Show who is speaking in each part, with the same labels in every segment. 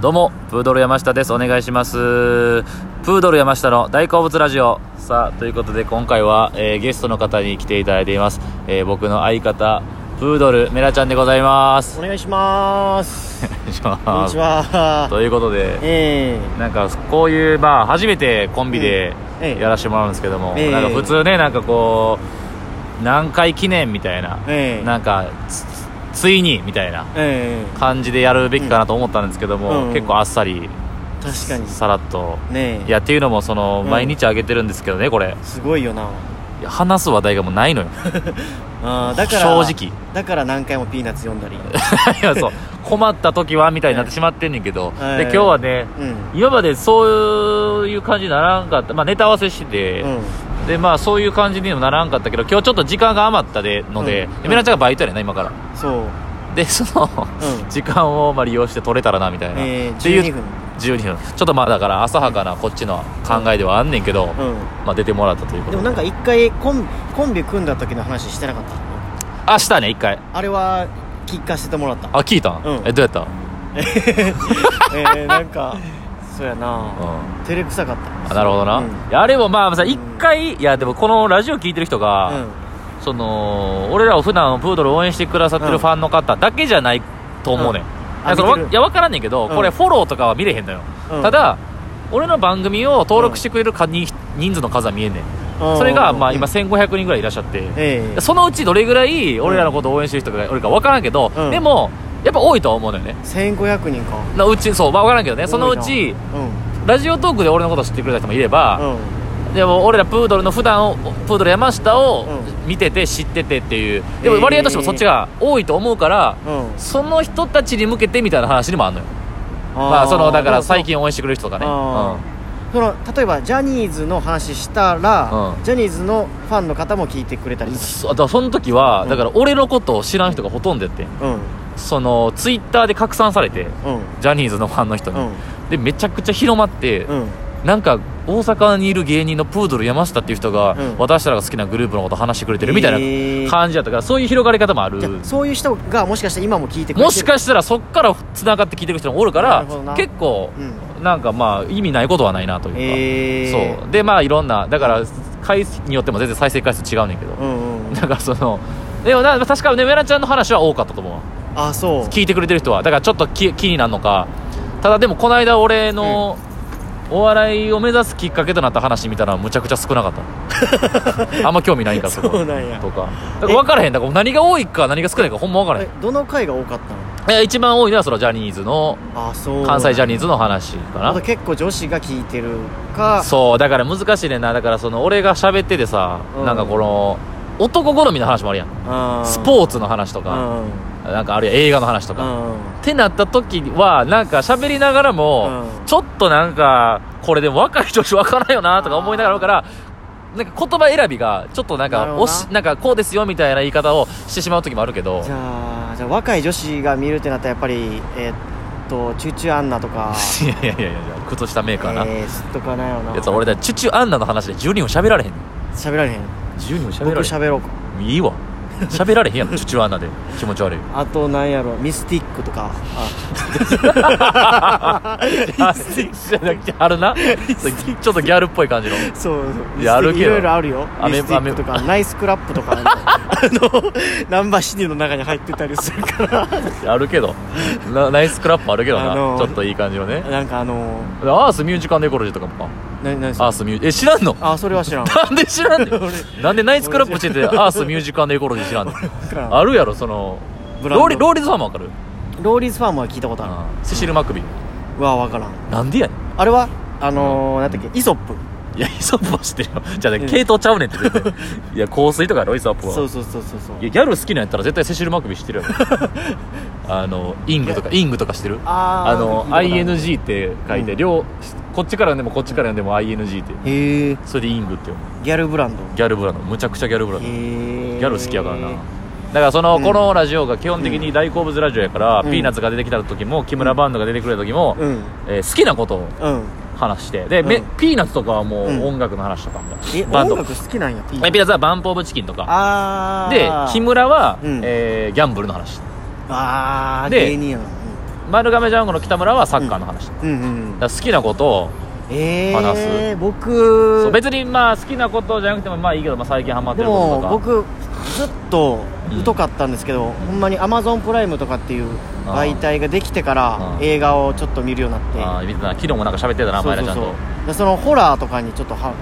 Speaker 1: どうもプードル山下ですお願いしますプードル山下の大好物ラジオさあということで今回は、えーゲストの方に来ていただいています、えー僕の相方プードルメラちゃんでございます
Speaker 2: お願い します。
Speaker 1: お願いします
Speaker 2: こんにちは。
Speaker 1: ということで
Speaker 2: え
Speaker 1: なんかこういうまあ初めてコンビで
Speaker 2: ええええ
Speaker 1: やらせてもらうんですけども、
Speaker 2: ええ
Speaker 1: なんか普通ねなんかこう何回記念みたいな、
Speaker 2: ええ
Speaker 1: なんかつついにみたいな
Speaker 2: ええ
Speaker 1: 感じでやるべきかなと思ったんですけども、
Speaker 2: うんうん
Speaker 1: 結構あっさり
Speaker 2: え確かに。
Speaker 1: さらっと
Speaker 2: ねえ。
Speaker 1: いやっていうのもその
Speaker 2: うん
Speaker 1: 毎日あげてるんですけどねこれ
Speaker 2: すごいよな。
Speaker 1: いや話す話題がもうないのよ
Speaker 2: あーだから。
Speaker 1: 正直。
Speaker 2: だから何回もピーナッツ読んだ り。
Speaker 1: いやそう困った時はみたいになってしまってんねんけど、
Speaker 2: はい
Speaker 1: で今日はね
Speaker 2: うん。
Speaker 1: 今までそういう感じにならんかった、まあ、ネタ合わせしてて、
Speaker 2: うん。
Speaker 1: でまあそういう感じにもならんかったけど今日ちょっと時間が余ったでので、
Speaker 2: うん
Speaker 1: でメラちゃんがバイトやねんな今から
Speaker 2: そう。
Speaker 1: でその
Speaker 2: うん。
Speaker 1: 時間をまあ利用して取れたらなみたいな、
Speaker 2: ええ
Speaker 1: っていう
Speaker 2: 12分。
Speaker 1: 12分ちょっとまあだから浅はかなこっちの考えではあんねんけど、
Speaker 2: う
Speaker 1: まあ出てもらったということ
Speaker 2: ん。で
Speaker 1: で
Speaker 2: もなんか一回コンコンビ組んだ時の話してなかった
Speaker 1: あしたね一回
Speaker 2: あれは聞かせてもらった
Speaker 1: あ聞いたん、
Speaker 2: うん
Speaker 1: えどうやった
Speaker 2: ええなんかそうやな
Speaker 1: あ
Speaker 2: 照れくさかった
Speaker 1: なるほどな、
Speaker 2: うん
Speaker 1: いやあれもまあさ一回いやでもこのラジオ聞いてる人
Speaker 2: う
Speaker 1: が、
Speaker 2: ん
Speaker 1: その俺らを普段プードル応援してくださって
Speaker 2: う
Speaker 1: る
Speaker 2: ん
Speaker 1: ファンの方だけじゃないと思うねん、
Speaker 2: うん
Speaker 1: いやその
Speaker 2: 見
Speaker 1: わ
Speaker 2: てる
Speaker 1: いや分からんねんけど、
Speaker 2: うん
Speaker 1: これフォローとかは見れへんのよ、
Speaker 2: うん
Speaker 1: ただ俺の番組を登録してくれるかに、人数の数は見えんねん、
Speaker 2: うん
Speaker 1: それがまあ今
Speaker 2: うん
Speaker 1: 1500人ぐらいいらっしゃって、
Speaker 2: ええ
Speaker 1: そのうちどれぐらい俺らのことを応援してる人がおるか分からんけど、
Speaker 2: うん
Speaker 1: でもやっぱ多いとは思うのよね
Speaker 2: 1500人か
Speaker 1: なうちそう、まあ、分からんけどねそのうち
Speaker 2: う
Speaker 1: ラジオトークで俺のこと知ってくれた人もいれ
Speaker 2: ん
Speaker 1: ば、
Speaker 2: うん
Speaker 1: でも俺らプードルの普段をプードル山下を
Speaker 2: う
Speaker 1: 見てて知っててっていうで
Speaker 2: え
Speaker 1: も
Speaker 2: ー
Speaker 1: 割合としてもそっちが多いと思うから、
Speaker 2: うん
Speaker 1: その人たちに向けてみたいな話にもあるのよ
Speaker 2: あー
Speaker 1: まあそのだから
Speaker 2: そう
Speaker 1: 最近応援してくれる人とかね
Speaker 2: あその例えばジャニーズの話したら、
Speaker 1: うん
Speaker 2: ジャニーズのファンの方も聞いてくれた
Speaker 1: う
Speaker 2: り
Speaker 1: ん
Speaker 2: とか
Speaker 1: そだからその時は、
Speaker 2: うん
Speaker 1: だから俺のことを知らん人がほとんどやってん
Speaker 2: うん
Speaker 1: そのツイッターで拡散されて
Speaker 2: うん
Speaker 1: ジャニーズのファンの人に、
Speaker 2: うん
Speaker 1: でめちゃくちゃ広まって、
Speaker 2: うん
Speaker 1: なんか大阪にいる芸人のプードル山下っていう人が、
Speaker 2: うん
Speaker 1: 私らが好きなグループのこと話してくれてるみた
Speaker 2: え
Speaker 1: い
Speaker 2: ー
Speaker 1: な感じだったから、そういう広がり方もある
Speaker 2: じゃあそういう人がもしかして今も聞いてくれてる
Speaker 1: もしかしたらそっからつながって聞いてる人もおるか
Speaker 2: な
Speaker 1: ら
Speaker 2: るほどな
Speaker 1: 結構
Speaker 2: うん
Speaker 1: なんかまあ意味ないことはないなというか、
Speaker 2: えー、
Speaker 1: そうでまあいろんなだから回数によっても全然再生回数違うねんけど、
Speaker 2: うんうんうん
Speaker 1: だからそのでもな確かねメラちゃんの話は多かったと思うわ
Speaker 2: あそう
Speaker 1: 聞いてくれてる人はだからちょっと気気になるのかただでもこの間俺の、お笑いを目指すきっかけとなった話見たらむちゃくちゃ少なかった あんま興味ないんかそこ
Speaker 2: そうなんや
Speaker 1: とかだから分からへんだから何が多いか何が少ないかほんま分からへ
Speaker 2: えどの回が多かった
Speaker 1: んいや一番多いのはそのジャニーズの
Speaker 2: のあそう
Speaker 1: 関西ジャニ
Speaker 2: ー
Speaker 1: ーズの話
Speaker 2: あ
Speaker 1: か
Speaker 2: と結構女子が聞いてるか
Speaker 1: なそうだから難しいねんなだからその俺が喋っててさ、
Speaker 2: うん
Speaker 1: なんかこの男好みの話もあるやん
Speaker 2: あー
Speaker 1: スポーツの話と
Speaker 2: う
Speaker 1: か、
Speaker 2: ん
Speaker 1: なんかあるいは映画の話と
Speaker 2: う
Speaker 1: か、
Speaker 2: ん
Speaker 1: ってなった時はなんか喋りながらも、
Speaker 2: うん
Speaker 1: ちょっとなんかこれでも若い女子わからんよなとか思いながらだからなんか言葉選びがちょっとなん
Speaker 2: なる
Speaker 1: か
Speaker 2: ほど
Speaker 1: お
Speaker 2: な
Speaker 1: しなんかこうですよみたいな言い方をしてしまう時もあるけど
Speaker 2: じゃあじゃあ若い女子が見るってなったらやっぱりえーっとチューチューアンナとか
Speaker 1: いやいやいやいや靴下メーカーな、
Speaker 2: えー、すっとかないよな
Speaker 1: やつ俺だチュチュアンナの話で12分喋られへんねん
Speaker 2: 喋られへん
Speaker 1: 12分喋られ
Speaker 2: 僕
Speaker 1: へ
Speaker 2: 喋ろうか
Speaker 1: んいいわ喋られへん やんチュチュアンナで気持ち悪い
Speaker 2: あとなんやろミスティックとかあ
Speaker 1: あある なちょっとギャルっぽい感じの
Speaker 2: そうそう
Speaker 1: いやあるけど
Speaker 2: いろいろあるよ
Speaker 1: アメ
Speaker 2: ミスティックと
Speaker 1: ア
Speaker 2: かナイスクラップと かあのあのナンバーシティの中に入ってたりするから
Speaker 1: あるけどなナイスクラップあるけどな、
Speaker 2: あのー
Speaker 1: ちょっといい感じのね
Speaker 2: なんかあの
Speaker 1: アースミュージカルネコロジーとかもか
Speaker 2: な何です
Speaker 1: ア
Speaker 2: か
Speaker 1: ースミュージえ知らんの
Speaker 2: あそれは知らん
Speaker 1: なんで知ら んのなんでナイスクラップしててアースミュージカルネコロジー知らんのあ
Speaker 2: る
Speaker 1: るやろその
Speaker 2: ブランド
Speaker 1: ローリローリーズファンもわかる
Speaker 2: ローリーズファームは聞いたことあ
Speaker 1: セシル・マクビー
Speaker 2: るわわからん
Speaker 1: なんでやねん
Speaker 2: あれはあのー、なんだっけイソップ
Speaker 1: いや、イソップは知ってるよ。じゃあ
Speaker 2: う
Speaker 1: ね、
Speaker 2: ん
Speaker 1: 系統ちゃうねんって絶 対。いや、香水とかやろ、イソップは。
Speaker 2: そうそうそうそうそう
Speaker 1: いや、ギャル好きなんやったら絶対セシル・マクビー知ってる よ。あの、イングとか、イングとか知ってる
Speaker 2: あ
Speaker 1: あの、
Speaker 2: IN
Speaker 1: ING って書いて、
Speaker 2: うん
Speaker 1: 両、こっちから読んでもこっちから読んでも ING って。
Speaker 2: へえ
Speaker 1: それでイングって読む。
Speaker 2: ギャルブランド
Speaker 1: ギャルブランド。むちゃくちゃギャルブランド。ギ
Speaker 2: ギ
Speaker 1: ャル好きやからな。だからその、
Speaker 2: うん
Speaker 1: このラジオが基本的に大好物ラジオやから、
Speaker 2: うん
Speaker 1: ピーナッツが出てきた時も、木村バンドが出てくれた時も、
Speaker 2: うん
Speaker 1: えー好きなことを
Speaker 2: うん
Speaker 1: 話して。で、め
Speaker 2: うん
Speaker 1: ピーナッツとかはもう
Speaker 2: うん
Speaker 1: 音楽の話とかも。
Speaker 2: え
Speaker 1: バンド
Speaker 2: 音楽好きなんやピ
Speaker 1: エピラザはバンプオブチキンとか。
Speaker 2: あ
Speaker 1: で
Speaker 2: ー、
Speaker 1: 木村は、
Speaker 2: うん
Speaker 1: えーギャンブルの話。
Speaker 2: あー
Speaker 1: で
Speaker 2: 芸人やな
Speaker 1: 丸亀ジャンゴの北村はサッカーの話、だか
Speaker 2: うんうん
Speaker 1: ら好きなことを
Speaker 2: ええ
Speaker 1: 話
Speaker 2: ー、僕
Speaker 1: そう別にまあ好きなことじゃなくてもまあいいけど、まあ、最近ハマって
Speaker 2: で
Speaker 1: ること
Speaker 2: も
Speaker 1: とか
Speaker 2: 僕ずっと
Speaker 1: うん
Speaker 2: 疎かったんですけど、ほんまにアマゾンプライムとかっていう
Speaker 1: あー
Speaker 2: 媒体ができてか
Speaker 1: あ
Speaker 2: ら
Speaker 1: ー
Speaker 2: 映画をちょっと見るようになって
Speaker 1: ああ見てたな昨日もなんか喋ってたな
Speaker 2: そ
Speaker 1: 前
Speaker 2: うそ
Speaker 1: 田
Speaker 2: う
Speaker 1: ちゃんと
Speaker 2: そうでそのホラーとかにちょっとは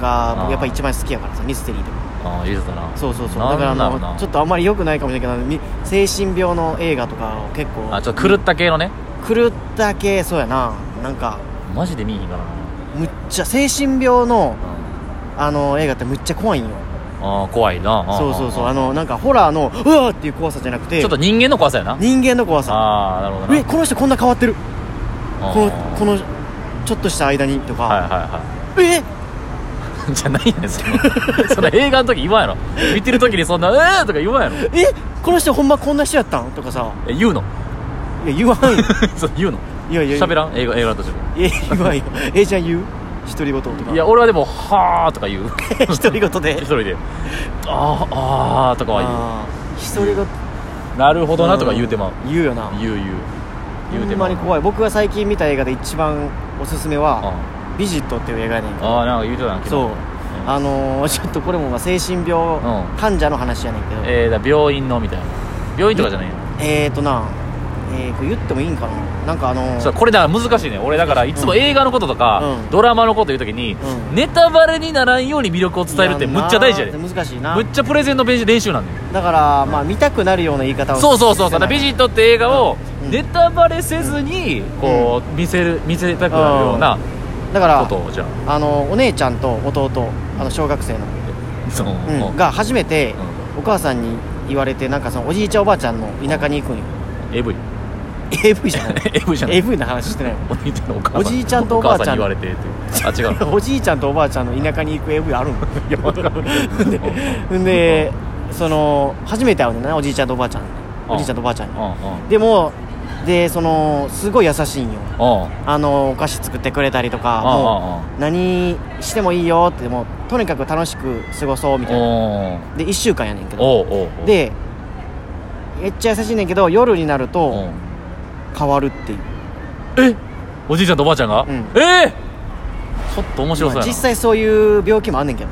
Speaker 2: が
Speaker 1: あー
Speaker 2: 僕やっぱ一番好きやからさミステリーとか
Speaker 1: ああ言ってたな
Speaker 2: そうそうそう
Speaker 1: な
Speaker 2: だ
Speaker 1: ん
Speaker 2: から
Speaker 1: だろ
Speaker 2: あ
Speaker 1: うな
Speaker 2: のちょっとあんまり良くないかもしれないけどみ精神病の映画とかを結構
Speaker 1: あちょっと狂った系のね
Speaker 2: 狂った系そうやななんか
Speaker 1: マジで見えへんからな、
Speaker 2: むっちゃ精神病の
Speaker 1: うん
Speaker 2: あの映画ってむっちゃ怖いんよ
Speaker 1: ああ怖いなああ
Speaker 2: そうそうそう
Speaker 1: あ
Speaker 2: あ
Speaker 1: あ
Speaker 2: のなんかホラーのうわーっていう怖さじゃなくて
Speaker 1: ちょっと人間の怖さやな
Speaker 2: 人間の怖さ
Speaker 1: ああなるほどな
Speaker 2: えこの人こんな変わってる
Speaker 1: ああ
Speaker 2: このこのちょっとした間にと
Speaker 1: はい
Speaker 2: か、
Speaker 1: はいはい
Speaker 2: え
Speaker 1: じゃない やねんそのその 映画の時言わんやろ見てる時にそんな「えー!」とか言わんやろ
Speaker 2: えこの人ほんまこんな人やったんとかさ
Speaker 1: え言うの
Speaker 2: いや言わんよ
Speaker 1: そう言うの
Speaker 2: いやいや
Speaker 1: 喋らん映画映画の途中
Speaker 2: いや言わんよえじゃん言う独り言とか
Speaker 1: い や俺はでも「はあ」とか言う
Speaker 2: 独り言で
Speaker 1: 一人で「あーあー」とかは言
Speaker 2: あー独り言
Speaker 1: う「なるほどな」とか言うてまう
Speaker 2: 言うよな
Speaker 1: 言う言う言う
Speaker 2: ほ
Speaker 1: て
Speaker 2: ん
Speaker 1: ま
Speaker 2: ま
Speaker 1: う
Speaker 2: に怖い僕が最近見た映画で一番おすすめは「ビジット」っていう映画やねんけど
Speaker 1: ああなんか言うてたな
Speaker 2: そう
Speaker 1: うん
Speaker 2: あのー、ちょっとこれもまあ精神病
Speaker 1: うん
Speaker 2: 患者の話やねんけど
Speaker 1: えー、だから病院のみたいな病院とかじゃないよ
Speaker 2: えーとなえーこれ言ってもいいんかななんかあのー
Speaker 1: そうこれだから難しいね俺だからいつも映画のこととか、
Speaker 2: うん
Speaker 1: ドラマのこと言う時に、
Speaker 2: うん
Speaker 1: ネタバレにならんように魅力を伝えるってむっちゃ大事やで、
Speaker 2: いや
Speaker 1: む
Speaker 2: な難しいな
Speaker 1: っちゃプレゼンの練習なんだよ
Speaker 2: だからまあ見たくなるような言い方を
Speaker 1: そうそうそうそうだからビ
Speaker 2: ジ
Speaker 1: ジットって映画を
Speaker 2: うん
Speaker 1: ネタバレせずにこう見せる見せたくなるような
Speaker 2: だ
Speaker 1: こ
Speaker 2: から
Speaker 1: とをじゃ
Speaker 2: あのお姉ちゃんと弟あの小学生の、
Speaker 1: あそう
Speaker 2: うん
Speaker 1: うん
Speaker 2: が初めてお母さんに言われてなんかそのおじいちゃんおばあちゃんの田舎に行く んよ
Speaker 1: AV
Speaker 2: AV じゃない
Speaker 1: AV じゃない
Speaker 2: AV の話してない
Speaker 1: おじいちゃんのお母さん
Speaker 2: おじいちゃんとおばあちゃん
Speaker 1: お母さんに言われ てっていうあ違うの
Speaker 2: おじいちゃんとおばあちゃんの田舎に行く AV あるん
Speaker 1: いやわからんけど
Speaker 2: でんでその初めて会うねんだなおじいちゃんとおばあちゃん
Speaker 1: うん
Speaker 2: おじいちゃんとおばあちゃんに
Speaker 1: うん
Speaker 2: でもでそのすごい優しいんよ
Speaker 1: うんうん
Speaker 2: あのお菓子作ってくれたりとかもう何してもいいよってもうとにかく楽しく過ごそうみたいな
Speaker 1: お
Speaker 2: で1週間やねんけど
Speaker 1: おうおうおう
Speaker 2: でめっちゃ優しいねんけど夜になる
Speaker 1: う
Speaker 2: と
Speaker 1: ん
Speaker 2: 変わるっていう、
Speaker 1: えおじいちゃんとおばあちゃんが、
Speaker 2: ん
Speaker 1: ええちょっと面白そう
Speaker 2: まあ
Speaker 1: やな
Speaker 2: 実際そういう病気もあんねんけど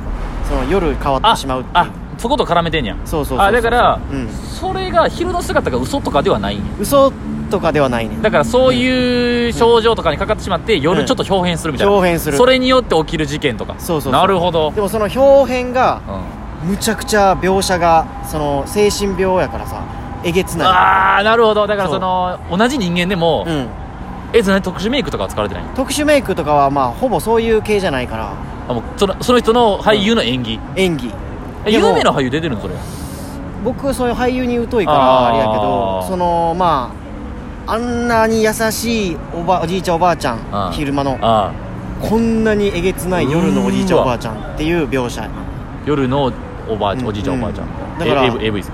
Speaker 2: その夜変わってしまうってい
Speaker 1: あ
Speaker 2: う
Speaker 1: あそこと絡めてんや
Speaker 2: そうそうそうそう
Speaker 1: あだから、
Speaker 2: うん
Speaker 1: それが昼の姿が嘘とかではないんや
Speaker 2: 嘘とかではないねん
Speaker 1: だからそういう症状とかにかかってしまって、夜ちょっと表変するみたいな、
Speaker 2: うん表現する
Speaker 1: それによって起きる事件とか
Speaker 2: そうそうそう
Speaker 1: なるほど
Speaker 2: でもその表現が
Speaker 1: うん
Speaker 2: むちゃくちゃ描写がその精神病やからさえげつな
Speaker 1: ああなるほどだから
Speaker 2: そ
Speaker 1: そ
Speaker 2: う
Speaker 1: の同じ人間でも、
Speaker 2: い、うん、
Speaker 1: えその特殊メイクとかは使われてない
Speaker 2: 特殊メイクとかはまあほぼそういう系じゃないから
Speaker 1: あもうそのその人の俳優の演技、
Speaker 2: 演技
Speaker 1: え
Speaker 2: でも
Speaker 1: 有名な俳優出てるのそれ
Speaker 2: 僕そういう俳優に疎いから
Speaker 1: あー
Speaker 2: あれやけどそのまああんなに優しいおばおじいちゃんおばあちゃん、
Speaker 1: うん
Speaker 2: 昼間の
Speaker 1: ああ
Speaker 2: こんなにえげつない夜のおじいちゃんおばあちゃんっていう描写
Speaker 1: 夜のおばあちゃ
Speaker 2: うんん
Speaker 1: おじいちゃんおばあちゃん、
Speaker 2: うん
Speaker 1: え
Speaker 2: だから
Speaker 1: AV, AV です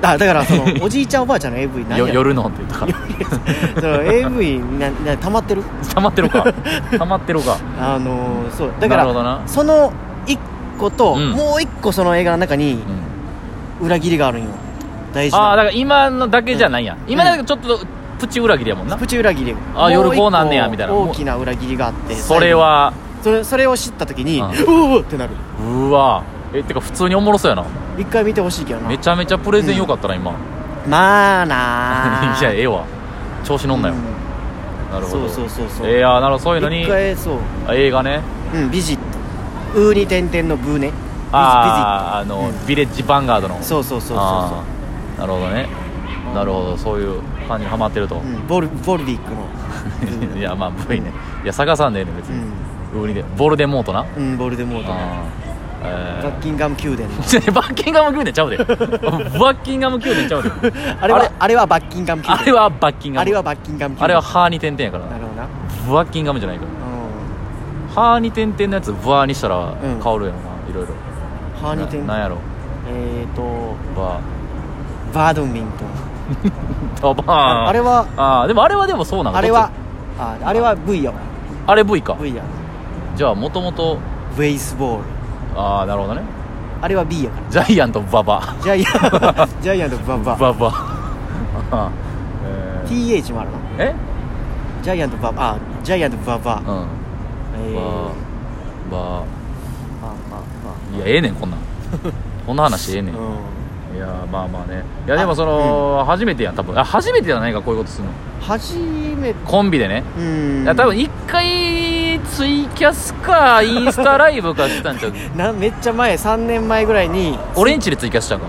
Speaker 2: あだから そのおじいちゃんおばあちゃんの AV 何
Speaker 1: よ
Speaker 2: や
Speaker 1: 夜のって言ったから
Speaker 2: その AV なな溜まってる
Speaker 1: 溜まってるか溜まってるか
Speaker 2: あのーそう だか
Speaker 1: なるほどな
Speaker 2: らその一個と、
Speaker 1: うん
Speaker 2: もう一個その映画の中に
Speaker 1: うん
Speaker 2: 裏切りがあるんよ大事
Speaker 1: ああだ
Speaker 2: な
Speaker 1: から今のだけじゃないんや、
Speaker 2: ん
Speaker 1: 今だけちょっとプチ裏切りやもんな
Speaker 2: プチ裏切り
Speaker 1: あー
Speaker 2: もう一
Speaker 1: 夜こうなんねやみたいな
Speaker 2: 個大きな裏切りがあって
Speaker 1: それは
Speaker 2: それそれを知った時に
Speaker 1: う
Speaker 2: うんおーってなる
Speaker 1: うわえってか普通におもろそうやな
Speaker 2: 一回見てほしいけどな
Speaker 1: めちゃめちゃプレゼン良かったな今
Speaker 2: まあなあ
Speaker 1: いやええわ調子乗んなよ、
Speaker 2: う
Speaker 1: なるほど
Speaker 2: そうそうそうそう
Speaker 1: えー、いやなるほどそういうのに
Speaker 2: 一回そう
Speaker 1: あ映画ね
Speaker 2: うんビジットウーに点々のブーねビジビジット
Speaker 1: あああの、
Speaker 2: うん
Speaker 1: ヴィレッジヴァンガードのう
Speaker 2: そうそうそうそ
Speaker 1: あーなるほどねなるほどそういう感じにハマってると、
Speaker 2: うそう、うん、ボルボルディック の
Speaker 1: いやまあ V ねいや探さんでええねん別
Speaker 2: う
Speaker 1: に、
Speaker 2: ん
Speaker 1: ウリでボルデモートな
Speaker 2: うん、ボルデモートね
Speaker 1: あー え
Speaker 2: バッキンガム宮殿の
Speaker 1: ーバッキンガム宮殿ちゃうで バッキンガム宮殿ちゃう で
Speaker 2: あれはあれはバッキンガム宮
Speaker 1: あれ
Speaker 2: 殿
Speaker 1: はバッキンガム
Speaker 2: あれはバッキンガム宮殿
Speaker 1: あれはハーに点々やから
Speaker 2: な
Speaker 1: な
Speaker 2: るほどな
Speaker 1: バッキンガムじゃないからハーに点々のやつブワーにしたら
Speaker 2: うん
Speaker 1: 変わるやろないろいろ
Speaker 2: うんハーニテン
Speaker 1: ななんやろ
Speaker 2: えーと
Speaker 1: バ
Speaker 2: バドミントン
Speaker 1: ーあバーン
Speaker 2: あれは
Speaker 1: あーでもあれはでもそうなの
Speaker 2: あれはああれは V やわ
Speaker 1: あれ V か
Speaker 2: V や
Speaker 1: じゃあもともと
Speaker 2: ベースボール
Speaker 1: ああなるほどね
Speaker 2: あれは B やから
Speaker 1: ジャイアントババ
Speaker 2: ジャイアンジャイアントババ
Speaker 1: ババ あーえー
Speaker 2: TH もあるな
Speaker 1: え
Speaker 2: ジャイアントババあジャイアントババ
Speaker 1: うん
Speaker 2: あ
Speaker 1: バ
Speaker 2: えー
Speaker 1: ーバ
Speaker 2: まあまあ
Speaker 1: ー
Speaker 2: ま
Speaker 1: いやええねん こんなんこんな話ええねん、
Speaker 2: あ
Speaker 1: いやーまあまあねいやでもその、初めてやん多分あ初めてじゃないかこういうことするの
Speaker 2: うん初めて
Speaker 1: コンビでね、
Speaker 2: うん
Speaker 1: いや多分一回ツイキャスかインスタライブかした んちゃう
Speaker 2: なめっちゃ前3年前ぐらいに
Speaker 1: 俺んちでツイキャスしたか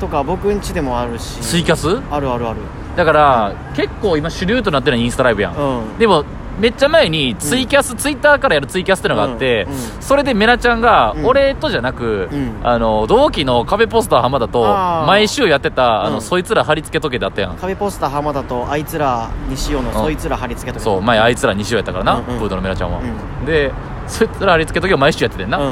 Speaker 2: とか僕ん家でもあるし
Speaker 1: ツイキャス
Speaker 2: あるあるある
Speaker 1: だから結構今主流となってるのはインスタライブやん、
Speaker 2: うん
Speaker 1: でもめっちゃ前にツイキャス、ツイッターからやるツイキャスってのがあって、
Speaker 2: うんうん
Speaker 1: それでメラちゃんが
Speaker 2: うん
Speaker 1: 俺とじゃなく、
Speaker 2: うん
Speaker 1: あの同期の壁ポスター浜田と
Speaker 2: あー
Speaker 1: 毎週やってたあの、
Speaker 2: うん
Speaker 1: そいつら貼り付け時計だったやん
Speaker 2: 壁ポスター浜田とあいつら西尾のそいつら貼り付けとか
Speaker 1: そう前あいつら2週やったからな、
Speaker 2: うんうん
Speaker 1: プードルのメラちゃんは、
Speaker 2: う
Speaker 1: でそいつら貼り付け時計を毎週やっててんな、
Speaker 2: う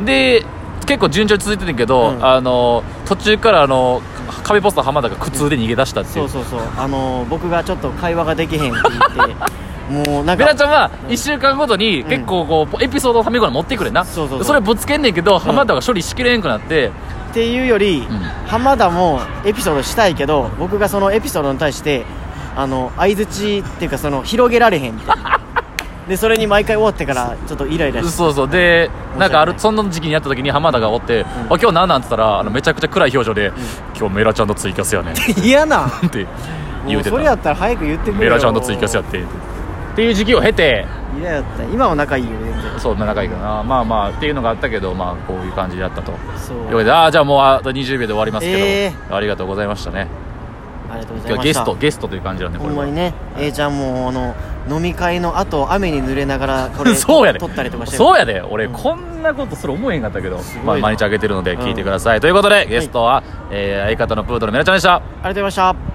Speaker 2: ん
Speaker 1: で結構順調に続いててんけど、
Speaker 2: うん
Speaker 1: あの途中からあの壁ポスター浜田が苦痛で逃げ出したっていう、
Speaker 2: そうそうそうあのー僕がちょっと会話ができへんって言 ってもうなん
Speaker 1: ベ
Speaker 2: か
Speaker 1: ラちゃんは
Speaker 2: うん
Speaker 1: 1週間ごとに
Speaker 2: うん
Speaker 1: 結構こうエピソードをため込んで持ってくれな
Speaker 2: そうそうそう
Speaker 1: れぶつけんねんけど浜田が処理しきれんくなって
Speaker 2: っていうより、
Speaker 1: ん
Speaker 2: 浜田もエピソードしたいけど僕がそのエピソードに対してあの相槌っていうかその広げられへんみたい なでそれに毎回終わってからちょっとイライラして
Speaker 1: そうそうで
Speaker 2: うん
Speaker 1: なんかあ
Speaker 2: 申
Speaker 1: る
Speaker 2: し訳ない
Speaker 1: その時期にやった時に浜田がおって「あ今日なんなん?」っつったらあのめちゃくちゃ暗い表情で「今日メラちゃんとツイキャスやねん」っ
Speaker 2: 嫌な
Speaker 1: て言う
Speaker 2: もう
Speaker 1: て
Speaker 2: それや
Speaker 1: た
Speaker 2: ったら早く言って
Speaker 1: 「
Speaker 2: くれ
Speaker 1: メ
Speaker 2: よ
Speaker 1: ラちゃんとツイキャスやって」っていう時期を経て
Speaker 2: 嫌やった今は仲いいよ全然
Speaker 1: そう仲いいかなまあまあっていうのがあったけどまあこういう感じだったと
Speaker 2: そ
Speaker 1: というわけ
Speaker 2: う
Speaker 1: でああじゃあもうあと20秒で終わりますけど、
Speaker 2: え
Speaker 1: ありがとうございましたね
Speaker 2: ありがとうござ
Speaker 1: 今
Speaker 2: い
Speaker 1: 日ゲス
Speaker 2: ました
Speaker 1: トゲストという感じなんでこ
Speaker 2: ほ
Speaker 1: れ
Speaker 2: んま
Speaker 1: は
Speaker 2: にね、A ちゃんもあの飲み会の後雨に濡れながらこれ
Speaker 1: そうやで
Speaker 2: 撮ったりとかして
Speaker 1: そうやで俺、
Speaker 2: うん
Speaker 1: こんなことする思えへんかったけど、
Speaker 2: すごいな
Speaker 1: まあ、毎日あげてるので聞いてください、ということでゲストは、えー相方のプードルメラちゃんでした
Speaker 2: ありがとうございました